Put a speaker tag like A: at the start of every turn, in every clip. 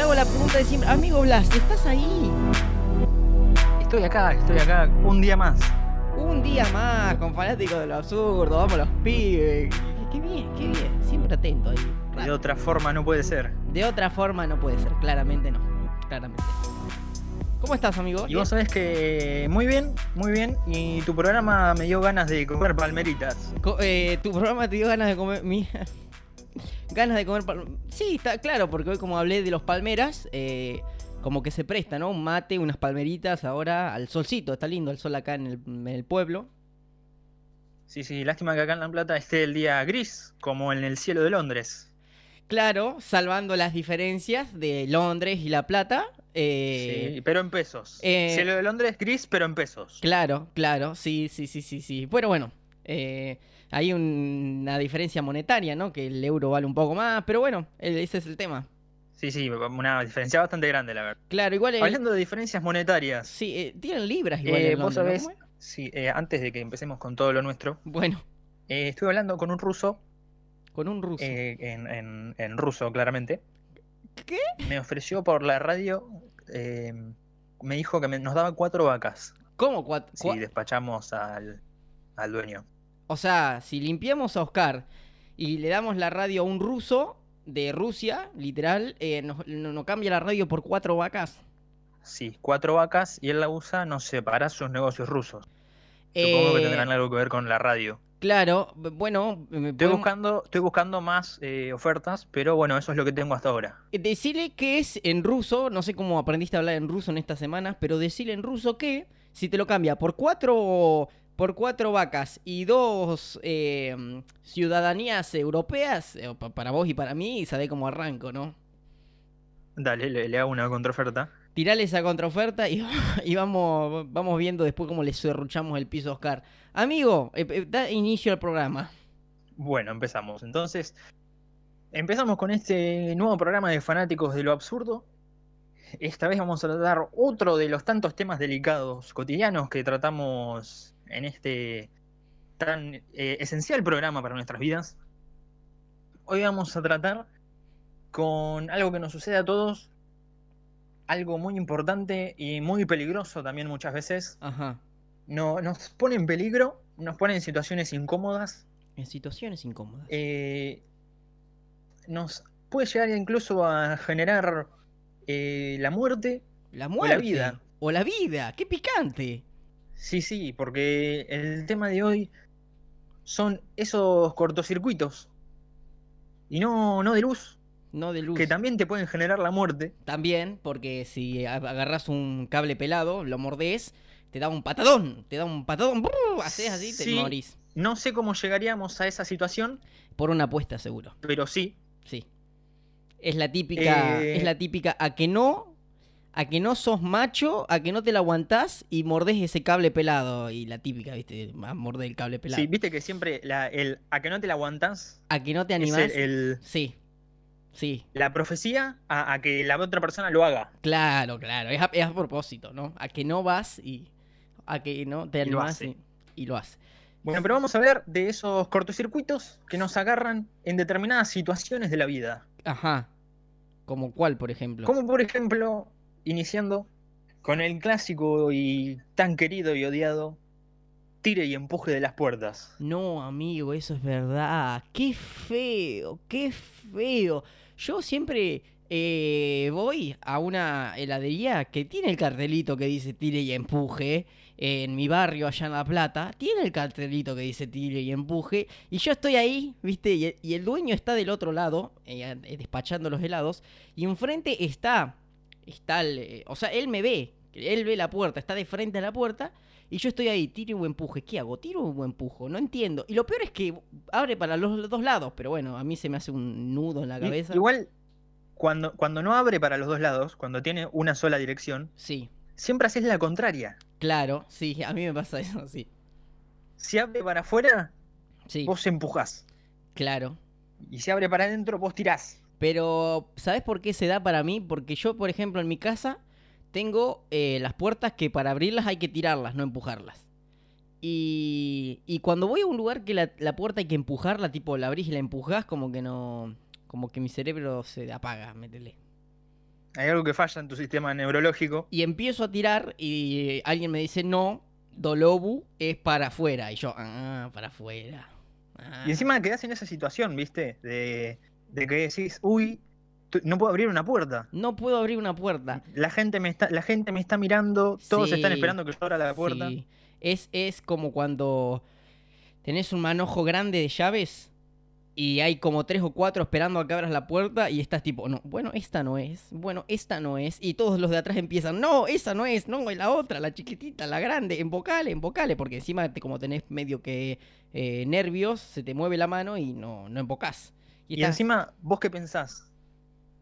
A: hago la pregunta de siempre. Amigo Blas, ¿estás ahí?
B: Estoy acá, estoy acá, un día más.
A: Un día más con fanáticos de lo absurdo. Vamos los pibes. Qué, qué bien, qué bien. Siempre atento ahí.
B: De otra forma no puede ser.
A: De otra forma no puede ser. Claramente no. Claramente. ¿Cómo estás, amigo?
B: Y vos sabés que muy bien, muy bien. Y tu programa me dio ganas de comer palmeritas.
A: Co- eh, tu programa te dio ganas de comer. mi- ganas de comer palmeras. Sí, está claro, porque hoy, como hablé de los palmeras, eh, como que se presta, ¿no? Un mate, unas palmeritas ahora al solcito. Está lindo el sol acá en el, en el pueblo.
B: Sí, sí, lástima que acá en La Plata esté el día gris, como en el cielo de Londres.
A: Claro, salvando las diferencias de Londres y La Plata. eh,
B: Sí, pero en pesos.
A: eh,
B: cielo de Londres, gris, pero en pesos.
A: Claro, claro, sí, sí, sí, sí, sí. Bueno, bueno, eh, hay un- una diferencia monetaria, ¿no? Que el euro vale un poco más, pero bueno, el- ese es el tema.
B: Sí, sí, una diferencia bastante grande, la verdad.
A: Claro, igual... el-
B: Hablando de diferencias monetarias,
A: Sí, eh, tienen libras igual.
B: eh,
A: en
B: vos
A: Londres,
B: sabés,
A: ¿no?
B: sí, eh, antes de que empecemos con todo lo nuestro,
A: Bueno,
B: eh, estuve hablando con un ruso
A: con un ruso.
B: eh, en, en- en ruso, claramente.
A: ¿Qué?
B: Me ofreció por la radio, eh, me dijo que me- nos daba cuatro vacas
A: ¿Cómo? cuat-
B: si
A: cua-
B: despachamos al, al dueño.
A: O sea, si limpiamos a Oscar y le damos la radio a un ruso de Rusia, literal, eh, nos, no, no cambia la radio por cuatro vacas.
B: Sí, cuatro vacas y él la usa, no sé, para sus negocios rusos.
A: Eh,
B: Supongo que tendrán algo que ver con la radio.
A: Claro, b- bueno, eh, me
B: Estoy
A: podemos-
B: buscando, estoy buscando más eh, ofertas, pero bueno, eso es lo que tengo hasta ahora.
A: Eh, Decile que es en ruso, no sé cómo aprendiste a hablar en ruso en estas semanas, pero decile en ruso que si te lo cambia por cuatro, por cuatro vacas y dos eh, ciudadanías europeas, eh, pa- para vos y para mí, sabés cómo arranco, ¿no?
B: Dale, le, le hago una contraoferta.
A: Tirale esa contraoferta y, y vamos, vamos viendo después cómo le serruchamos el piso a Oscar. Amigo, eh, eh, da inicio al programa.
B: Bueno, empezamos. Entonces, empezamos con este nuevo programa de fanáticos de lo absurdo. Esta vez vamos a tratar otro de los tantos temas delicados cotidianos que tratamos en este tan eh, esencial programa para nuestras vidas. Hoy vamos a tratar con algo que nos sucede a todos, algo muy importante y muy peligroso también muchas veces.
A: Ajá.
B: No, nos pone en peligro, nos pone en situaciones incómodas
A: En situaciones incómodas.
B: eh, nos puede llegar incluso a generar eh, la muerte.
A: la muerte.
B: vida.
A: O la vida. ¡Qué picante!
B: Sí, sí, porque el tema de hoy son esos cortocircuitos y no, no de luz,
A: No de luz.
B: que también te pueden generar la muerte.
A: También, porque si a- agarras un cable pelado, lo mordés, te da un patadón, te da un patadón, ¡brrr! haces así,
B: Sí.
A: te morís.
B: No sé cómo llegaríamos a esa situación,
A: Por una apuesta seguro,
B: pero sí,
A: sí. Es la típica,
B: Eh.
A: es la típica a que no, a que no sos macho, a que no te la aguantás y mordés ese cable pelado. Y la típica, viste, a morder el cable pelado.
B: sí, viste que siempre la- el a que no te la aguantas
A: A que no te
B: es
A: animás.
B: el- el-
A: Sí. Sí.
B: la profecía a, a que la otra persona lo haga.
A: Claro, claro. Es a, es a propósito, ¿no? A que no vas y. A que no te
B: Y lo
A: animás
B: hace.
A: y- y lo haces.
B: Bueno, pero vamos a hablar de esos cortocircuitos que nos agarran en determinadas situaciones de la vida.
A: Ajá. ¿Como cuál, por ejemplo?
B: Como por ejemplo, iniciando con el clásico y tan querido y odiado, tire y empuje de las puertas.
A: No, amigo, eso es verdad. Qué feo, qué feo. Yo siempre eh, voy a una heladería que tiene el cartelito que dice tire y empuje. En mi barrio, allá en La Plata, tiene el cartelito que dice tire y empuje. Y yo estoy ahí, viste, y el, y el dueño está del otro lado, eh, a- eh, despachando los helados. Y enfrente está, está el, eh, o sea, él me ve. Él ve la puerta, está de frente a la puerta y yo estoy ahí, tiro un empuje. ¿Qué hago? Tiro un empujo. No entiendo. Y lo peor es que abre para los dos lados, pero bueno, a mí se me hace un nudo en la
B: I-
A: cabeza.
B: Igual, cuando, cuando no abre para los dos lados, cuando tiene una sola dirección,
A: Sí,
B: siempre haces la contraria.
A: claro, sí, a mí me pasa eso, sí.
B: Si abre para afuera,
A: Sí,
B: vos empujás.
A: claro.
B: Y si abre para adentro, vos tirás.
A: Pero, ¿sabes por qué se da para mí? Porque yo, por ejemplo, en mi casa tengo eh, las puertas que para abrirlas hay que tirarlas, no empujarlas. Y, y cuando voy a un lugar que la, la puerta hay que empujarla, tipo la abrís y la empujás, como que no. Como que mi cerebro se apaga, métele.
B: Hay algo que falla en tu sistema neurológico.
A: Y empiezo a tirar y eh, alguien me dice, no, Dolobu es para afuera. Y yo, ah, para afuera. Ah.
B: Y encima quedás en esa situación, ¿viste? De, de que decís, uy, tu- no puedo abrir una puerta.
A: Ah, No puedo abrir una puerta.
B: La gente me está, la gente me está mirando, todos
A: Sí.
B: están esperando que yo abra la puerta.
A: Sí. Es, es como cuando tenés un manojo grande de llaves y hay como tres o cuatro esperando a que abras la puerta y estás tipo, no, bueno, esta no es, bueno, esta no es. Y todos los de atrás empiezan, no, esa no es, no, es la otra, la chiquitita, la grande, en vocales, en vocales, porque encima te- como tenés medio que eh, nervios, se te mueve la mano y no, no embocás. Y,
B: Y,
A: estás-
B: encima, vos qué pensás,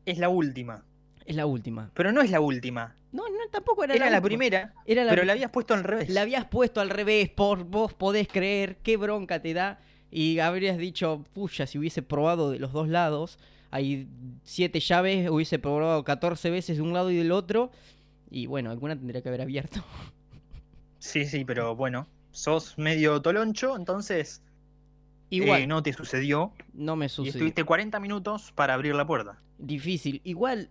B: es la última.
A: es la última.
B: Pero no es la última.
A: No, no, tampoco era,
B: Era la
A: última.
B: primera,
A: Era la
B: pero la habías puesto al revés.
A: La habías puesto al revés, por vos podés creer, qué bronca te da. Y habrías dicho, pucha, si hubiese probado de los dos lados, hay siete llaves, hubiese probado 14 veces de un lado y del otro. Y bueno, alguna tendría que haber abierto.
B: Sí, sí, pero bueno, sos medio toloncho, entonces eh,
A: Igual, no,
B: no te sucedió.
A: me
B: Y
A: sucedió.
B: estuviste 40 minutos para abrir la puerta.
A: Difícil. Igual,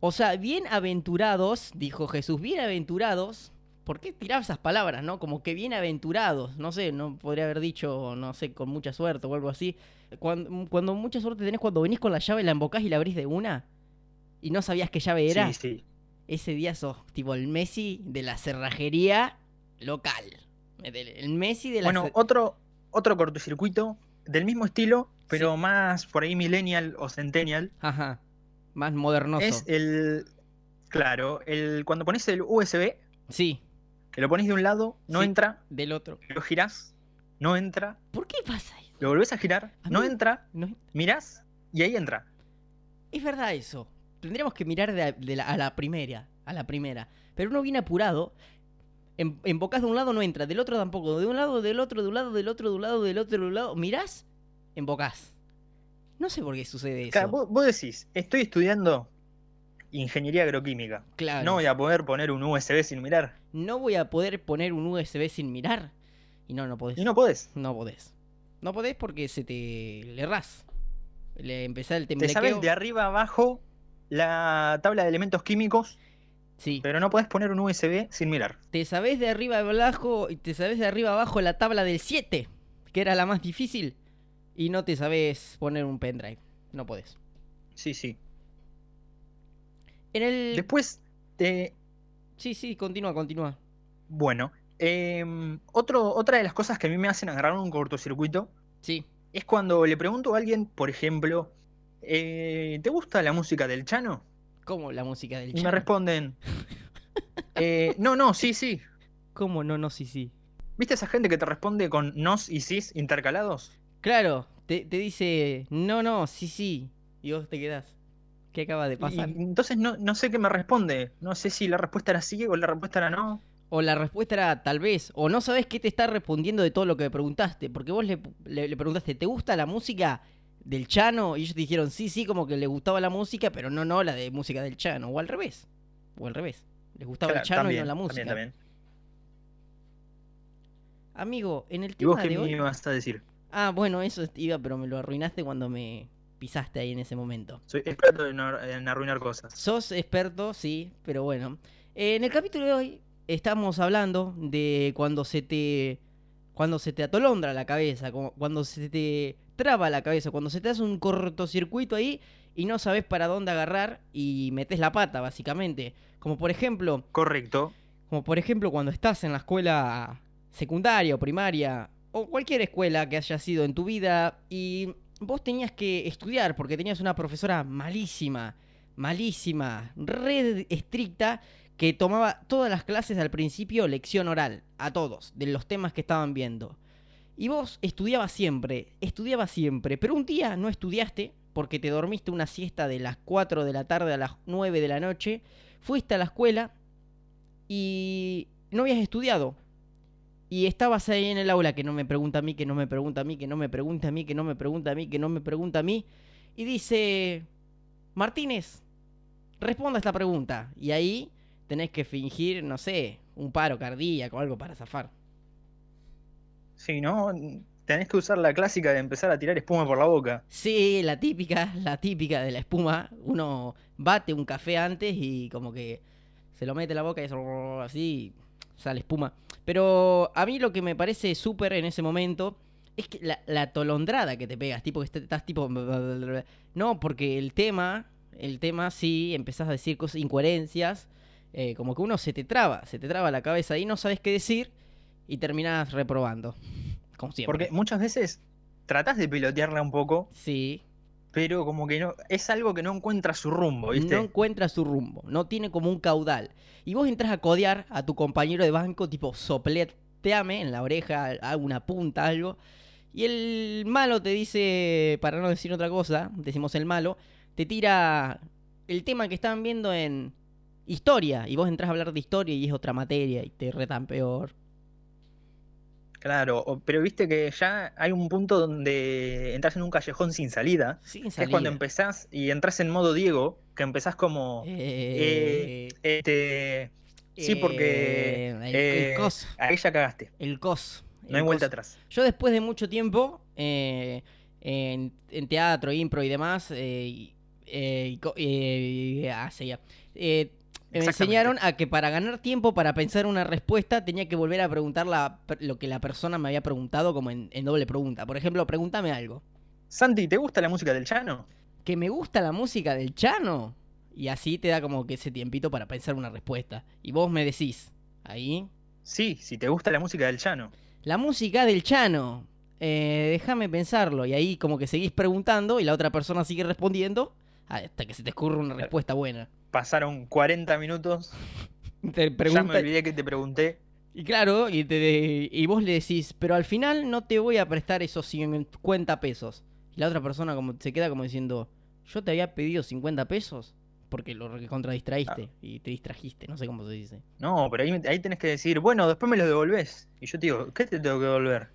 A: o sea, bienaventurados, dijo Jesús, bienaventurados. ¿Por qué tiraba esas palabras, no? Como que bienaventurados, no sé, no podría haber dicho, no sé, con mucha suerte o algo así. Cuando, cuando mucha suerte tenés cuando venís con la llave, la embocás y la abrís de una y no sabías qué llave era.
B: Sí, sí.
A: Ese día sos tipo el Messi de la cerrajería local. Metele, El Messi de la
B: Bueno,
A: cer-
B: otro, otro cortocircuito del mismo estilo, pero más por ahí millennial o centennial.
A: Ajá, más modernoso.
B: Es el. Claro, el cuando pones el USB,
A: Sí,
B: que lo pones de un lado, no
A: Sí.
B: entra,
A: del otro.
B: lo girás, no entra,
A: ¿Por qué pasa eso?
B: lo volvés a girar,
A: A
B: no
A: mí-
B: entra,
A: No
B: mirás y ahí entra.
A: Es verdad eso. Tendríamos que mirar de a, de la- a la primera. A la primera. Pero uno viene apurado. En, en bocas de un lado no entra, del otro tampoco. De un lado, del otro, de un lado, del otro, de un lado, del otro, de un lado. Mirás, en bocas. No sé por qué sucede
B: Claro,
A: eso.
B: vos, vos decís, estoy estudiando ingeniería agroquímica.
A: Claro.
B: No voy a poder poner un USB sin mirar.
A: poder poner un USB sin mirar. Y no, no podés.
B: Y no podés.
A: No podés. No podés porque se te. le errás. Le empezás el
B: Te
A: temblequeo.
B: sabes de arriba abajo la tabla de elementos químicos,
A: Sí.
B: pero no podés poner un USB sin mirar.
A: Te sabés de arriba abajo y te sabés de arriba abajo la tabla del 7, que era la más difícil, y no te sabés poner un pendrive. No podés.
B: Sí, sí.
A: En el.
B: Después, te,
A: Sí, sí, continúa, continúa.
B: Bueno, em, otro, otra de las cosas que a mí me hacen agarrar un cortocircuito
A: Sí.
B: es cuando le pregunto a alguien, por ejemplo, eh, ¿te gusta la música del Chano?
A: ¿Cómo la música del
B: Y me
A: Chano?
B: responden, eh, no, no, sí, sí.
A: ¿Cómo no, no, sí, sí?
B: ¿Viste esa gente que te responde con nos y sis intercalados?
A: Claro, te, te dice, no, no, sí, sí. Y vos te quedás. ¿Qué acaba de
B: Y-
A: pasar?
B: y entonces no, no sé qué me responde. No sé si la respuesta era sí o la respuesta era no.
A: O la respuesta era tal vez, o no sabes qué te está respondiendo de todo lo que me preguntaste, porque vos le, le- le preguntaste, ¿te gusta la música del Chano? Y ellos te dijeron, sí, sí, como que les gustaba la música, pero no, no, la de música del Chano, o al revés, o al revés, les gustaba
B: Claro,
A: el Chano y
B: también,
A: no la
B: también,
A: música.
B: también.
A: Amigo, en el
B: ¿Y vos
A: tema
B: qué
A: de hoy...
B: me vas a decir?
A: Ah, bueno, eso te iba, pero me lo arruinaste cuando me pisaste ahí en ese momento.
B: Soy experto en, ar- en arruinar cosas.
A: Sos experto, sí, pero bueno. En el capítulo de hoy estamos hablando de cuando se te. cuando se te atolondra la cabeza, como cuando se te traba la cabeza, cuando se te hace un cortocircuito ahí y no sabes para dónde agarrar y metes la pata, básicamente. Como por ejemplo,
B: Correcto.
A: como por ejemplo cuando estás en la escuela secundaria o primaria o cualquier escuela que haya sido en tu vida y vos tenías que estudiar porque tenías una profesora malísima, malísima, red estricta que tomaba todas las clases al principio lección oral a todos de los temas que estaban viendo. Y vos estudiabas siempre, estudiabas siempre, pero un día no estudiaste porque te dormiste una siesta de las 4 de la tarde a las 9 de la noche, fuiste a la escuela y no habías estudiado. Y estabas ahí en el aula que no me pregunta a mí, que no me pregunta a mí, que no me pregunta a mí, que no me pregunta a mí, que no me pregunta a mí. Y dice, Martínez, responda esta pregunta. Y ahí tenés que fingir, no sé, un paro cardíaco o algo para zafar.
B: Sí, ¿no? tenés que usar la clásica de empezar a tirar espuma por la boca.
A: Sí, la típica, la típica de la espuma. Uno bate un café antes y como que se lo mete en la boca y eso, así sale espuma. Pero a mí lo que me parece súper en ese momento es que la, la atolondrada que te pegas, tipo que estás tipo... No, porque el tema, el tema sí, empezás a decir cosas, incoherencias, eh, como que uno se te traba, se te traba la cabeza y no sabes qué decir y terminás reprobando, como siempre.
B: Porque muchas veces tratás de pilotearla un poco,
A: Sí,
B: pero como que no es algo que no encuentra su rumbo, ¿viste?
A: no encuentra su rumbo, no tiene como un caudal. Y vos entras a codear a tu compañero de banco, tipo sopleteame en la oreja, a una punta, algo. Y el malo te dice, para no decir otra cosa, decimos el malo, te tira el tema que estaban viendo en historia. Y vos entras a hablar de historia y es otra materia y te retan peor.
B: Claro, o- pero viste que ya hay un punto donde entras en un callejón sin salida,
A: Sin
B: que es cuando
A: salida.
B: empezás y entras en modo Diego, que empezás como
A: Eh,
B: este sí porque
A: eh, el,
B: eh,
A: el cos.
B: ahí ya cagaste,
A: El cos.
B: no hay
A: el
B: vuelta
A: cos.
B: atrás.
A: Yo después de mucho tiempo eh, en, en teatro, impro y demás, eh, y- eh, y co- eh, ah, sí, ya. Eh, me
B: Exactamente.
A: enseñaron a que para ganar tiempo, para pensar una respuesta, tenía que volver a preguntar la- lo que la persona me había preguntado como en, en doble pregunta. Por ejemplo, pregúntame algo.
B: Santi, ¿te gusta la música del Llano?
A: ¿Que me gusta la música del Chano? Y así te da como que ese tiempito para pensar una respuesta. Y vos me decís, ahí,
B: Sí, si te gusta la música del Llano.
A: La música del Chano. Eh, déjame pensarlo. Y ahí como que seguís preguntando y la otra persona sigue respondiendo hasta que se te ocurre una respuesta buena.
B: Pasaron 40 minutos,
A: Te
B: ya me
A: pregunta,
B: olvidé que te pregunté.
A: y claro, y, te- y vos le decís, pero al final no te voy a prestar esos 50 pesos. Y la otra persona como se queda como diciendo, yo te había pedido 50 pesos porque lo contradistraíste y te distrajiste, no sé cómo se dice.
B: Ah. No, pero ahí, me- ahí tenés que decir, bueno, después me los devolvés. Y yo te digo, ¿qué te tengo que devolver?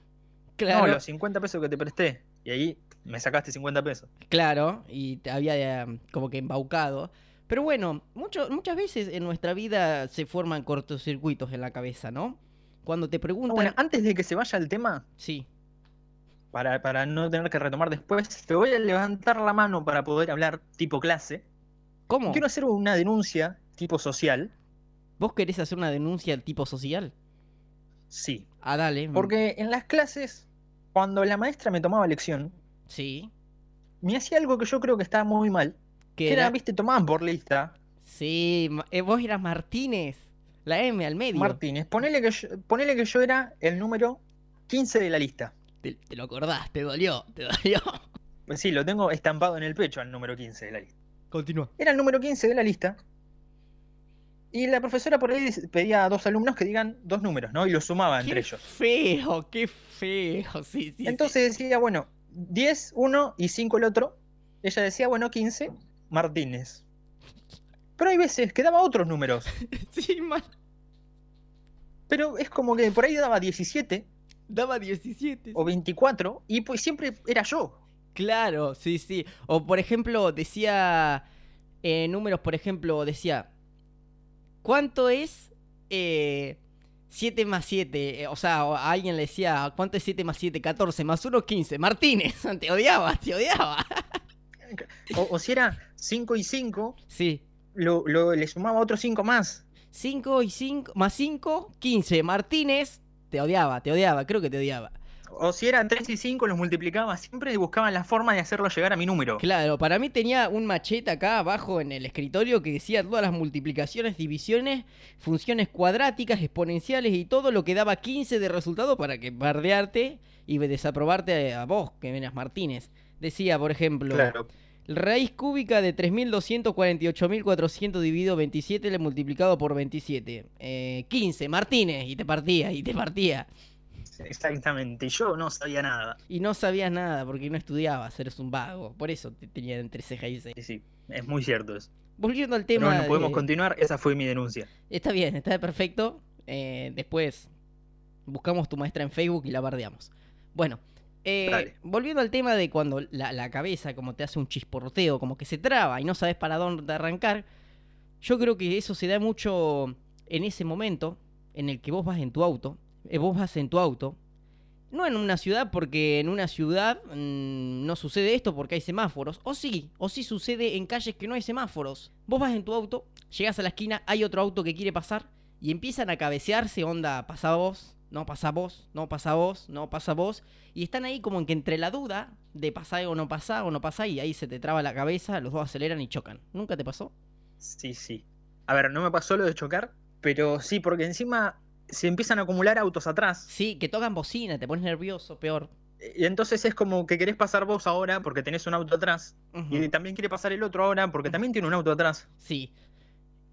A: Claro,
B: No, los 50 pesos que te presté. Y ahí me sacaste 50 pesos.
A: Claro, y te había eh, como que embaucado. Pero bueno, mucho- muchas veces en nuestra vida se forman cortocircuitos en la cabeza, ¿no? Cuando te
B: Ah,
A: preguntan...
B: bueno, antes de que se vaya el tema,
A: Sí,
B: para, para no tener que retomar después, te voy a levantar la mano para poder hablar tipo clase.
A: ¿cómo?
B: Quiero hacer una denuncia tipo social.
A: ¿Vos querés hacer una denuncia tipo social?
B: Sí.
A: Ah, dale. mm,
B: Porque en las clases, cuando la maestra me tomaba lección,
A: Sí.
B: me hacía algo que yo creo que estaba muy mal.
A: Que
B: Que era,
A: era-
B: viste, tomaban por lista
A: Sí, ma- eh, vos eras Martínez. La M al medio.
B: Martínez. Ponele que, yo, ponele que yo era el número 15 de la lista.
A: Te, te lo acordás, te dolió, te dolió.
B: Pues sí, lo tengo estampado en el pecho al número 15 de la lista.
A: Continúa.
B: Era el número 15 de la lista. Y la profesora por ahí dice- pedía a dos alumnos que digan dos números, ¿no? Y los sumaba entre
A: Qué
B: ellos.
A: feo, qué feo. Sí, sí, sí.
B: Entonces decía, bueno, 10, 1 y 5 el otro. Ella decía, bueno, 15, Martínez. Pero hay veces que daba otros números.
A: Sí, mal.
B: Pero es como que por ahí daba 17
A: Daba 17.
B: o 24 y pues siempre era yo.
A: Claro, sí, sí. O por ejemplo, decía eh, números, por ejemplo, decía, ¿cuánto es eh, 7 más 7? Eh, o sea, o a alguien le decía, ¿cuánto es 7 más 7? 14 más 1, 15. Martínez, te odiaba, te odiaba.
B: O, o si era 5 y 5,
A: Sí.
B: lo, lo- le sumaba otros 5 más.
A: 5 y 5, más 5, 15. Martínez, te odiaba, te odiaba, creo que te odiaba.
B: O si era 3 y 5, los multiplicaba. Siempre buscaban la forma de hacerlo llegar a mi número.
A: Claro, para mí tenía un machete acá abajo en el escritorio que decía todas las multiplicaciones, divisiones, funciones cuadráticas, exponenciales y todo lo que daba 15 de resultado para que bardearte y desaprobarte a vos, que venas Martínez. Decía, por ejemplo, raíz cúbica de 3.248.400 dividido 27 le multiplicado por 27. Eh, 15, Martínez, y te partía, y te partía.
B: Exactamente. Y yo no sabía nada.
A: Y no sabías nada porque no estudiabas, eres un vago. Por eso te tenía entre ceja y ceja.
B: Sí, sí, es muy cierto eso.
A: Volviendo al
B: Pero
A: tema.
B: bueno, podemos
A: de-
B: continuar. Esa fue mi denuncia.
A: Está bien, está perfecto. Eh, después buscamos tu maestra en Facebook y la bardeamos. Bueno, eh,
B: Dale.
A: volviendo al tema de cuando la, la cabeza como te hace un chisporteo, como que se traba y no sabes para dónde arrancar, yo creo que eso se da mucho en ese momento en el que vos vas en tu auto, eh, vos vas en tu auto No en una ciudad, porque en una ciudad mm, no sucede esto porque hay semáforos. O sí, o sí sucede en calles que no hay semáforos. Vos vas en tu auto, llegas a la esquina, hay otro auto que quiere pasar y empiezan a cabecearse, onda, pasa vos, no pasa vos, no pasa vos, no pasa vos. Y están ahí como que entre la duda de pasar o no pasar o no pasar y ahí se te traba la cabeza, los dos aceleran y chocan. ¿Nunca te pasó?
B: Sí, sí. A ver, no me pasó lo de chocar, pero sí, porque encima se empiezan a acumular autos atrás.
A: Sí, que tocan bocina, te pones nervioso, peor.
B: Y entonces es como que querés pasar vos ahora porque tenés un auto atrás.
A: Ujú.
B: Y también quiere pasar el otro ahora porque también tiene un auto atrás.
A: Sí.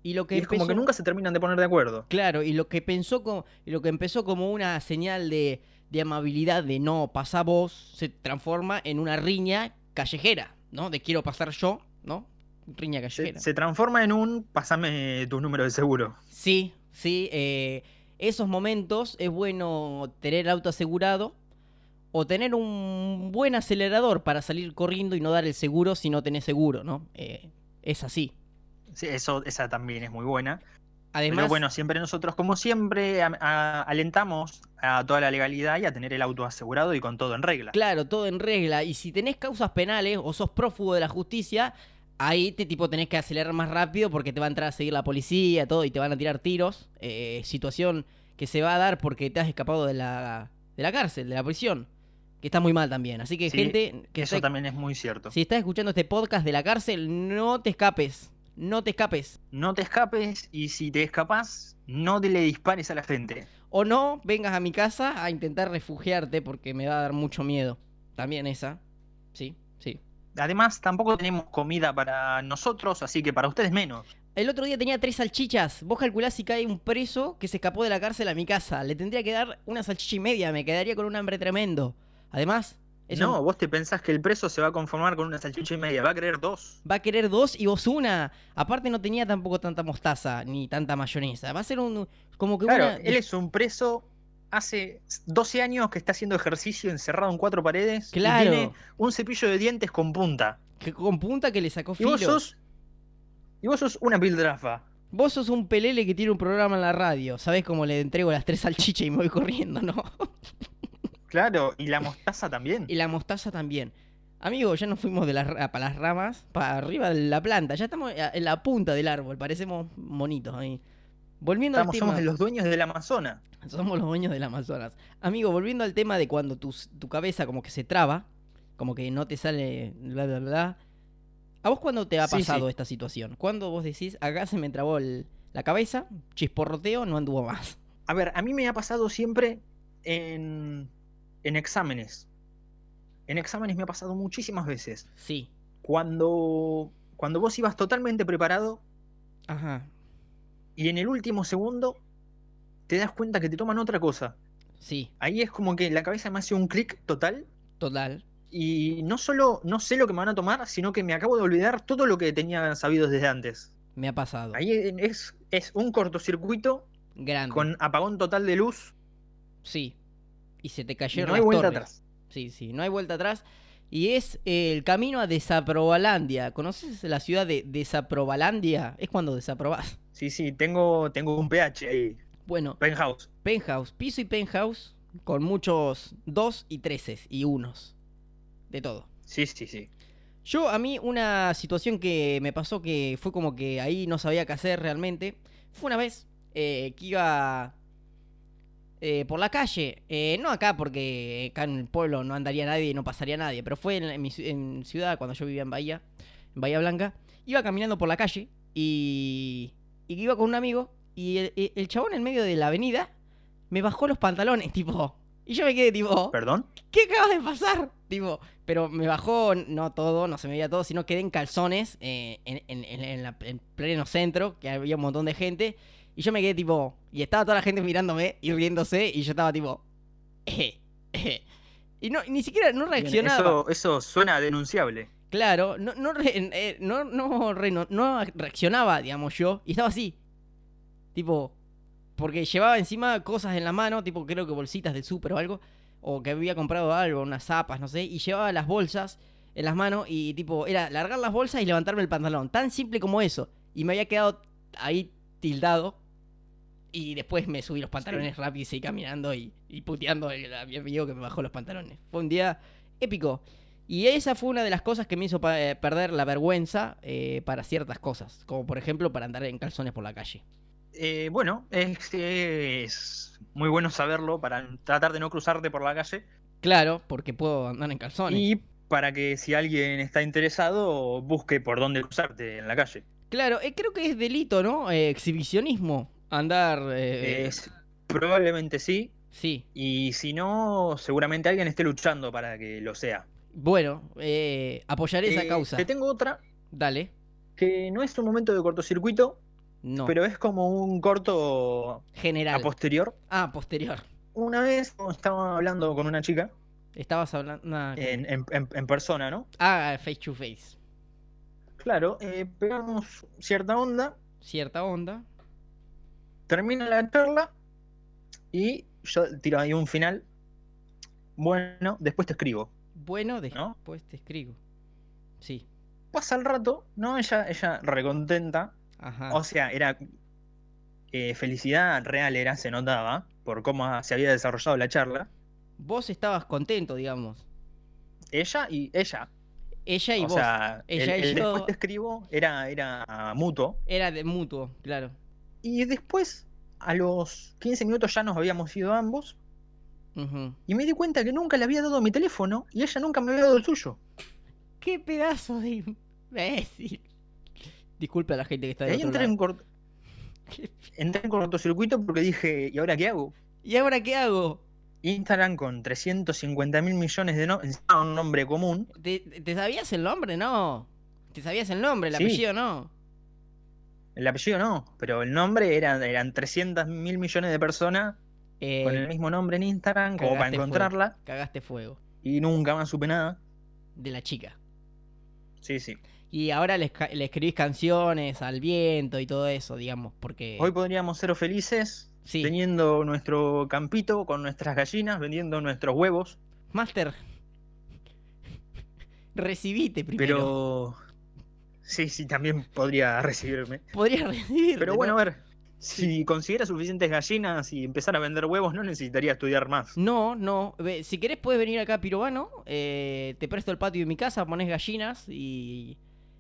A: Y lo que
B: Y es como
A: empezó-
B: que nunca se terminan de poner de acuerdo.
A: Claro, y lo que pensó como, y lo que empezó como una señal de, de amabilidad de no pasa vos, se transforma en una riña callejera, ¿no? De quiero pasar yo, ¿no? Riña
B: Se,
A: callejera.
B: se transforma en un pasame tu número de seguro.
A: Sí, sí. eh, esos momentos es bueno tener el auto asegurado o tener un buen acelerador para salir corriendo y no dar el seguro si no tenés seguro, ¿no? Eh, es así.
B: Sí, eso, esa también es muy buena.
A: Además,
B: Pero bueno, siempre nosotros, como siempre, a- a- alentamos a toda la legalidad y a tener el auto asegurado y con todo en regla.
A: Claro, todo en regla. Y si tenés causas penales o sos prófugo de la justicia, ahí te tipo tenés que acelerar más rápido porque te va a entrar a seguir la policía, todo, y te van a tirar tiros. Eh, situación que se va a dar porque te has escapado de la, de la cárcel, de la prisión. Que está muy mal también. Así que,
B: Sí,
A: gente, que
B: Eso
A: está-
B: también es muy cierto.
A: si estás escuchando este podcast de la cárcel, no te escapes. No te escapes.
B: No te escapes y si te escapas, no te le dispares a la gente.
A: O no, vengas a mi casa a intentar refugiarte porque me va a dar mucho miedo. También esa. Sí, sí.
B: Además, tampoco tenemos comida para nosotros, así que para ustedes menos.
A: El otro día tenía tres salchichas. Vos calculás si cae un preso que se escapó de la cárcel a mi casa. Le tendría que dar una salchicha y media. Me quedaría con un hambre tremendo. Además, eso
B: No, vos te pensás que el preso se va a conformar con una salchicha y media, va a querer dos.
A: va a querer dos y vos una. Aparte, no tenía tampoco tanta mostaza ni tanta mayonesa. Va a ser un. Como que
B: Claro,
A: una.
B: él es un preso hace 12 años que está haciendo ejercicio encerrado en cuatro paredes. y
A: Claro.
B: tiene un cepillo de dientes con punta.
A: que con punta que le sacó
B: Y
A: filo.
B: vos sos. Y vos sos una pildrafa.
A: Vos sos un pelele que tiene un programa en la radio. ¿Sabés cómo le entrego las tres salchichas y me voy corriendo, no?
B: Claro, y la mostaza también.
A: Y la mostaza también. Amigo, ya nos fuimos de las ra- para las ramas, para arriba de la planta. Ya estamos a- en la punta del árbol, parecemos monitos ahí. Volviendo
B: Estamos,
A: al tema,
B: somos los dueños del Amazonas.
A: somos los dueños del Amazonas. Amigo, volviendo al tema de cuando tu, s- tu cabeza como que se traba, como que no te sale bla bla bla. ¿A vos cuándo te ha
B: Sí, sí.
A: pasado esta situación? ¿Cuándo vos decís, acá se me trabó el- la cabeza, chisporroteo, no anduvo más?
B: A ver, a mí me ha pasado siempre en, en exámenes. En exámenes me ha pasado muchísimas veces.
A: Sí.
B: Cuando, cuando vos ibas totalmente preparado
A: Ajá.
B: y en el último segundo te das cuenta que te toman otra cosa.
A: Sí,
B: Ahí es como que la cabeza me hace un clic total
A: total.
B: y no solo no sé lo que me van a tomar, sino que me acabo de olvidar todo lo que tenía sabido desde antes.
A: Me ha pasado.
B: Ahí es, es un cortocircuito
A: Grande.
B: con apagón total de luz.
A: Sí. Y se te
B: y
A: cayeron
B: No hay
A: las
B: vuelta
A: torres.
B: atrás.
A: Sí, sí, no hay vuelta atrás. Y es eh, el camino a Desaprobalandia. ¿Conoces la ciudad de Desaprobalandia? Es cuando desaprobás.
B: Sí, sí, tengo, tengo un pH ahí.
A: Bueno,
B: Penthouse.
A: penthouse, piso y penthouse con muchos 2 y 13 y unos. De todo.
B: Sí, sí, sí.
A: Yo, a mí, una situación que me pasó que fue como que ahí no sabía qué hacer realmente. Fue una vez eh, que iba eh, por la calle. eh, no acá, porque acá en el pueblo no andaría nadie, no pasaría nadie. Pero fue en, en mi ci- en ciudad, cuando yo vivía en Bahía, en Bahía Blanca. Iba caminando por la calle y, y iba con un amigo. Y el, el- el chabón en medio de la avenida me bajó los pantalones, tipo. Y yo me quedé tipo.
B: ¿Perdón?
A: ¿qué acabas de pasar? Tipo, pero me bajó, no todo, no se me veía todo, sino quedé en calzones eh, en, en- en- en la- en pleno centro, que había un montón de gente, y yo me quedé tipo, y estaba toda la gente mirándome y riéndose, y yo estaba tipo, eh, eh. Y no, ni siquiera no
B: Bien,
A: reaccionaba.
B: Eso, eso suena denunciable.
A: Claro, no, no, re- eh, no, no, re- no- no reaccionaba, digamos yo, y estaba así. Tipo, porque llevaba encima cosas en la mano, tipo creo que bolsitas de súper o algo, o que había comprado algo, unas zapas, no sé, y llevaba las bolsas en las manos y tipo, era largar las bolsas y levantarme el pantalón, tan simple como eso. Y me había quedado ahí tildado Y después me subí los pantalones rápido y seguí caminando y, y puteando el amigo que me bajó los pantalones. Fue un día épico. Y esa fue una de las cosas que me hizo pa- eh, perder la vergüenza eh, para ciertas cosas. Como por ejemplo para andar en calzones por la calle.
B: Eh, bueno, es, es muy bueno saberlo para tratar de no cruzarte por la calle.
A: Claro, porque puedo andar en calzones.
B: Y para que si alguien está interesado, busque por dónde cruzarte en la calle.
A: Claro, eh, creo que es delito, ¿no? Eh, exhibicionismo. Andar... eh,
B: Es- probablemente sí.
A: sí.
B: Y si no, seguramente alguien esté luchando para que lo sea.
A: Bueno, eh, apoyaré esa
B: Eh,
A: causa.
B: Te tengo otra
A: Dale.
B: que no es un momento de cortocircuito,
A: No.
B: pero es como un corto
A: General.
B: a posterior.
A: ah, posterior.
B: Una vez estaba hablando con una chica
A: Estabas hablando. nah, ok.
B: en, en- en- en persona, ¿no?
A: Ah, face to face.
B: Claro, eh, pegamos cierta onda,
A: Cierta onda.
B: termina la charla y yo tiro ahí un final. Bueno, después te escribo,
A: Bueno,
B: ¿no?
A: después te escribo. Sí.
B: Pasa el rato, ¿no? Ella, ella recontenta.
A: Ajá.
B: O sea, era eh, felicidad real, era, se notaba, por cómo se había desarrollado la charla.
A: Vos estabas contento, digamos.
B: Ella y ella.
A: Ella y
B: o
A: vos.
B: sea,
A: ella
B: el,
A: y
B: el
A: yo-
B: después te escribo era, era mutuo.
A: Era de mutuo, claro.
B: Y después, a los 15 minutos ya nos habíamos ido ambos.
A: Ujú.
B: Y me di cuenta que nunca le había dado mi teléfono y ella nunca me había dado el suyo.
A: ¡Qué pedazo de imbécil! Disculpe a la gente que está
B: Y
A: de
B: ahí
A: otro
B: entré en,
A: lado.
B: cort- entré en cortocircuito porque dije, ¿y ahora qué hago?
A: ¿Y ahora qué hago?
B: Instagram con 350 mil millones de nombres, un nombre común.
A: ¿Te, te sabías el nombre, no? ¿Te sabías el nombre, el
B: Sí.
A: apellido, no?
B: El apellido no, pero el nombre era, eran 300 mil millones de personas
A: Eh,
B: con el mismo nombre en Instagram, como para
A: cagaste fuego.
B: encontrarla.
A: Cagaste fuego.
B: Y nunca más supe nada.
A: De la chica.
B: Sí, sí.
A: Y ahora le, esca- le escribís canciones al viento y todo eso, digamos, porque...
B: Hoy podríamos ser felices
A: Eh. Sí.
B: teniendo nuestro campito con nuestras gallinas, vendiendo nuestros huevos,
A: Master, recibite primero.
B: pero... Sí, sí, también podría recibirme.
A: Podrías recibirte,
B: Pero
A: ¿no?
B: bueno, a ver, si consiguiera suficientes gallinas y empezara a vender huevos, no necesitaría estudiar más.
A: No, no. ve, Si querés puedes venir acá a Pirobano. eh, te presto el patio de mi casa, pones gallinas y...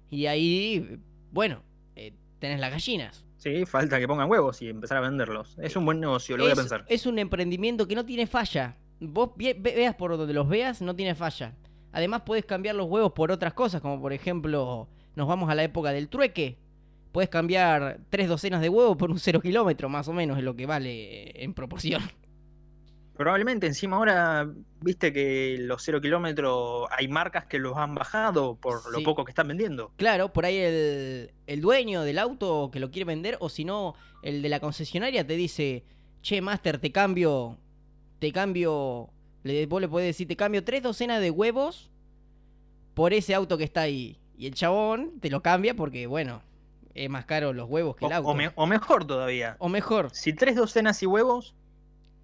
A: Y ahí, bueno, eh, tenés las gallinas.
B: Sí, falta que pongan huevos y empezar a venderlos. Es un buen negocio, lo voy
A: es,
B: a pensar.
A: es un emprendimiento que no tiene falla. Vos vie- ve- veas por donde los veas, no tiene falla. Además, puedes cambiar los huevos por otras cosas, como por ejemplo, nos vamos a la época del trueque. Puedes cambiar tres docenas de huevos por un cero kilómetro, más o menos, es lo que vale en proporción.
B: Probablemente encima ahora, viste que los cero kilómetros hay marcas que los han bajado por lo
A: Sí.
B: poco que están vendiendo.
A: Claro, por ahí el, el dueño del auto que lo quiere vender, o si no, el de la concesionaria te dice, che, Master, te cambio, te cambio, le, vos le podés decir, te cambio tres docenas de huevos por ese auto que está ahí. Y el chabón te lo cambia porque, bueno, es más caro los huevos que
B: O,
A: el auto.
B: o me- o mejor todavía,
A: O mejor,
B: si tres docenas y huevos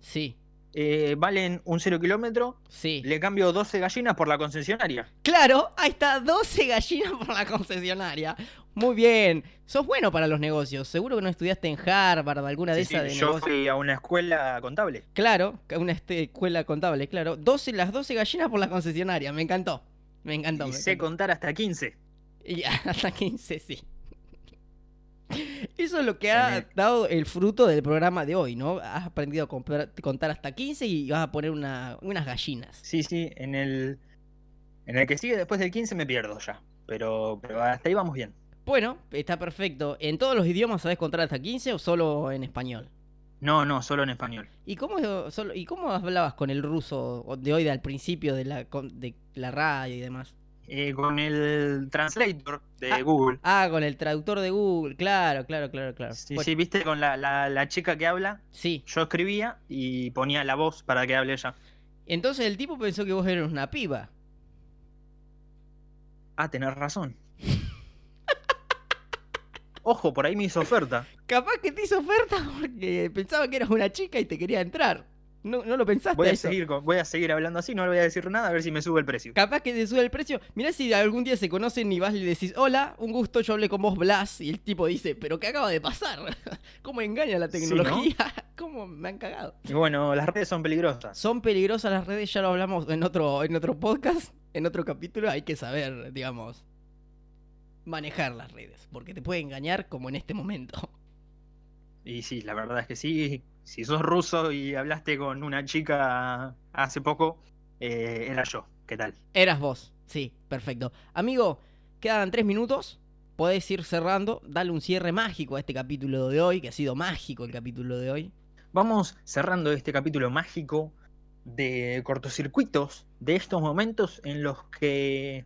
A: sí,
B: eh, valen un cero kilómetro,
A: sí.
B: le cambio 12 gallinas por la concesionaria.
A: Claro, ahí está, 12 gallinas por la concesionaria. Muy bien, sos bueno para los negocios. Seguro que no estudiaste en Harvard, alguna de
B: Sí, sí,
A: esas de
B: yo
A: negocios.
B: fui a una escuela contable.
A: Claro, ca- una este- escuela contable, claro. 12, las 12 gallinas por la concesionaria, me encantó. Me encantó.
B: y
A: me
B: sé
A: encantó.
B: contar hasta 15.
A: Y hasta 15, sí. Eso es lo que
B: Se
A: ha
B: me-
A: dado el fruto del programa de hoy, ¿no? Has aprendido a comprar- contar hasta 15 y vas a poner una- unas gallinas.
B: Sí, sí, en el, en el que sigue después del 15 me pierdo ya. Pero, pero hasta ahí vamos bien.
A: Bueno, está perfecto. ¿En todos los idiomas sabes contar hasta 15 o solo en español?
B: No, no, solo en español.
A: ¿Y cómo, es- solo- ¿Y cómo hablabas con el ruso de hoy, de al principio de la, con- de la radio y demás?
B: Eh, con el translator de
A: Ah,
B: Google.
A: Ah, con el traductor de Google, claro, claro, claro, claro.
B: Sí,
A: Ah, Bueno,
B: sí, viste, con la, la- la chica que habla,
A: sí.
B: yo escribía y ponía la voz para que hable ella.
A: Entonces el tipo pensó que vos eras una piba.
B: Ah, tenés razón. Ojo, por ahí me hizo oferta.
A: Capaz que te hizo oferta porque pensaba que eras una chica y te quería entrar. No, no lo pensaste.
B: Voy a,
A: eso.
B: seguir, con- voy a seguir hablando así, no le voy a decir nada, a ver si me sube el precio.
A: Capaz que te sube el precio. Mirá si algún día se conocen y vas y le decís, hola, un gusto, yo hablé con vos, Blas. Y el tipo dice, pero ¿qué acaba de pasar? ¿Cómo engaña la
B: Sí,
A: tecnología? ¿Cómo me han cagado?
B: Y bueno, las redes son peligrosas.
A: Son peligrosas las redes, ya lo hablamos en otro, en otro podcast, en otro capítulo. Hay que saber, digamos, manejar las redes. Porque te puede engañar como en este momento.
B: Y sí, la verdad es que sí. Si sos ruso y hablaste con una chica hace poco, eh, era yo. ¿Qué tal?
A: Eras vos. Sí, perfecto. Amigo, quedan tres minutos. Podés ir cerrando. Dale un cierre mágico a este capítulo de hoy, que ha sido mágico el capítulo de hoy.
B: Vamos cerrando este capítulo mágico de cortocircuitos de estos momentos en los que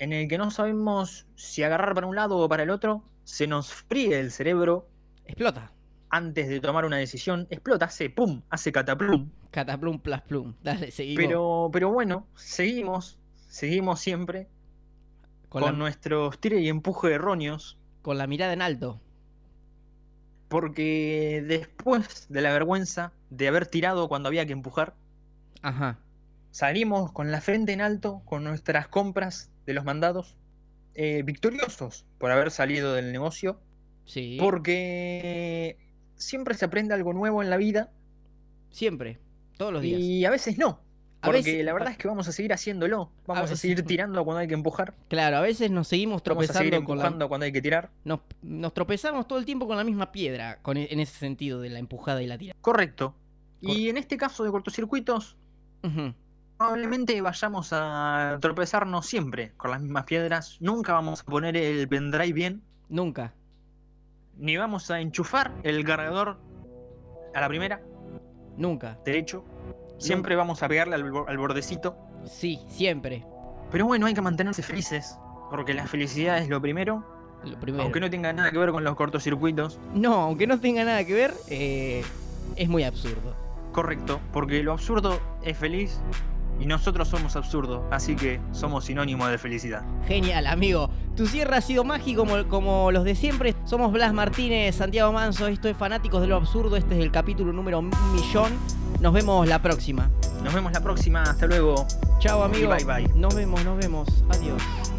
B: en el que no sabemos si agarrar para un lado o para el otro, se nos fríe el cerebro
A: Explota.
B: antes de tomar una decisión, explota, hace pum, hace cataplum.
A: Cataplum plus plum. Dale, seguimos.
B: Pero pero bueno, seguimos, seguimos siempre
A: con,
B: con
A: la,
B: nuestros tire y empuje erróneos
A: con la mirada en alto.
B: porque después de la vergüenza de haber tirado cuando había que empujar,
A: Ajá.
B: Salimos con la frente en alto, con nuestras compras de los mandados, eh, victoriosos por haber salido del negocio,
A: Sí.
B: porque siempre se aprende algo nuevo en la vida
A: Siempre. Todos los días.
B: y a veces no,
A: A
B: porque
A: veces-
B: la verdad es que vamos a seguir haciéndolo, vamos a,
A: veces
B: seguir
A: no.
B: tirando cuando hay que empujar,
A: Claro, a veces nos seguimos
B: vamos a seguir
A: tropezando con la.
B: empujando cuando hay que tirar.
A: Nos, nos tropezamos todo el tiempo con la misma piedra, con, e, en ese sentido de la empujada y la tirada.
B: Correcto.
A: Cor-
B: Y en este caso de cortocircuitos,
A: Ujú.
B: probablemente vayamos a tropezarnos siempre con las mismas piedras, nunca vamos a poner el pendrive bien.
A: Nunca.
B: ni vamos a enchufar el cargador a la primera,
A: Nunca.
B: derecho. Siempre vamos a pegarle al, bo- al bordecito.
A: Sí, siempre.
B: Pero bueno, hay que mantenerse felices, porque la felicidad es lo primero,
A: Lo primero.
B: aunque no tenga nada que ver con los cortocircuitos.
A: No, aunque no tenga nada que ver, eh, es muy absurdo.
B: Correcto, porque lo absurdo es feliz y nosotros somos absurdos, así que somos sinónimo de felicidad.
A: Genial, amigo. Tu cierre ha sido mágico como, como los de siempre. Somos Blas Martínez, Santiago Manso. Esto es Fanáticos de lo Absurdo. Este es el capítulo número un millón. Nos vemos la próxima.
B: Nos vemos la próxima, hasta luego.
A: Chao, amigo.
B: bye bye.
A: Nos vemos, nos vemos. Adiós.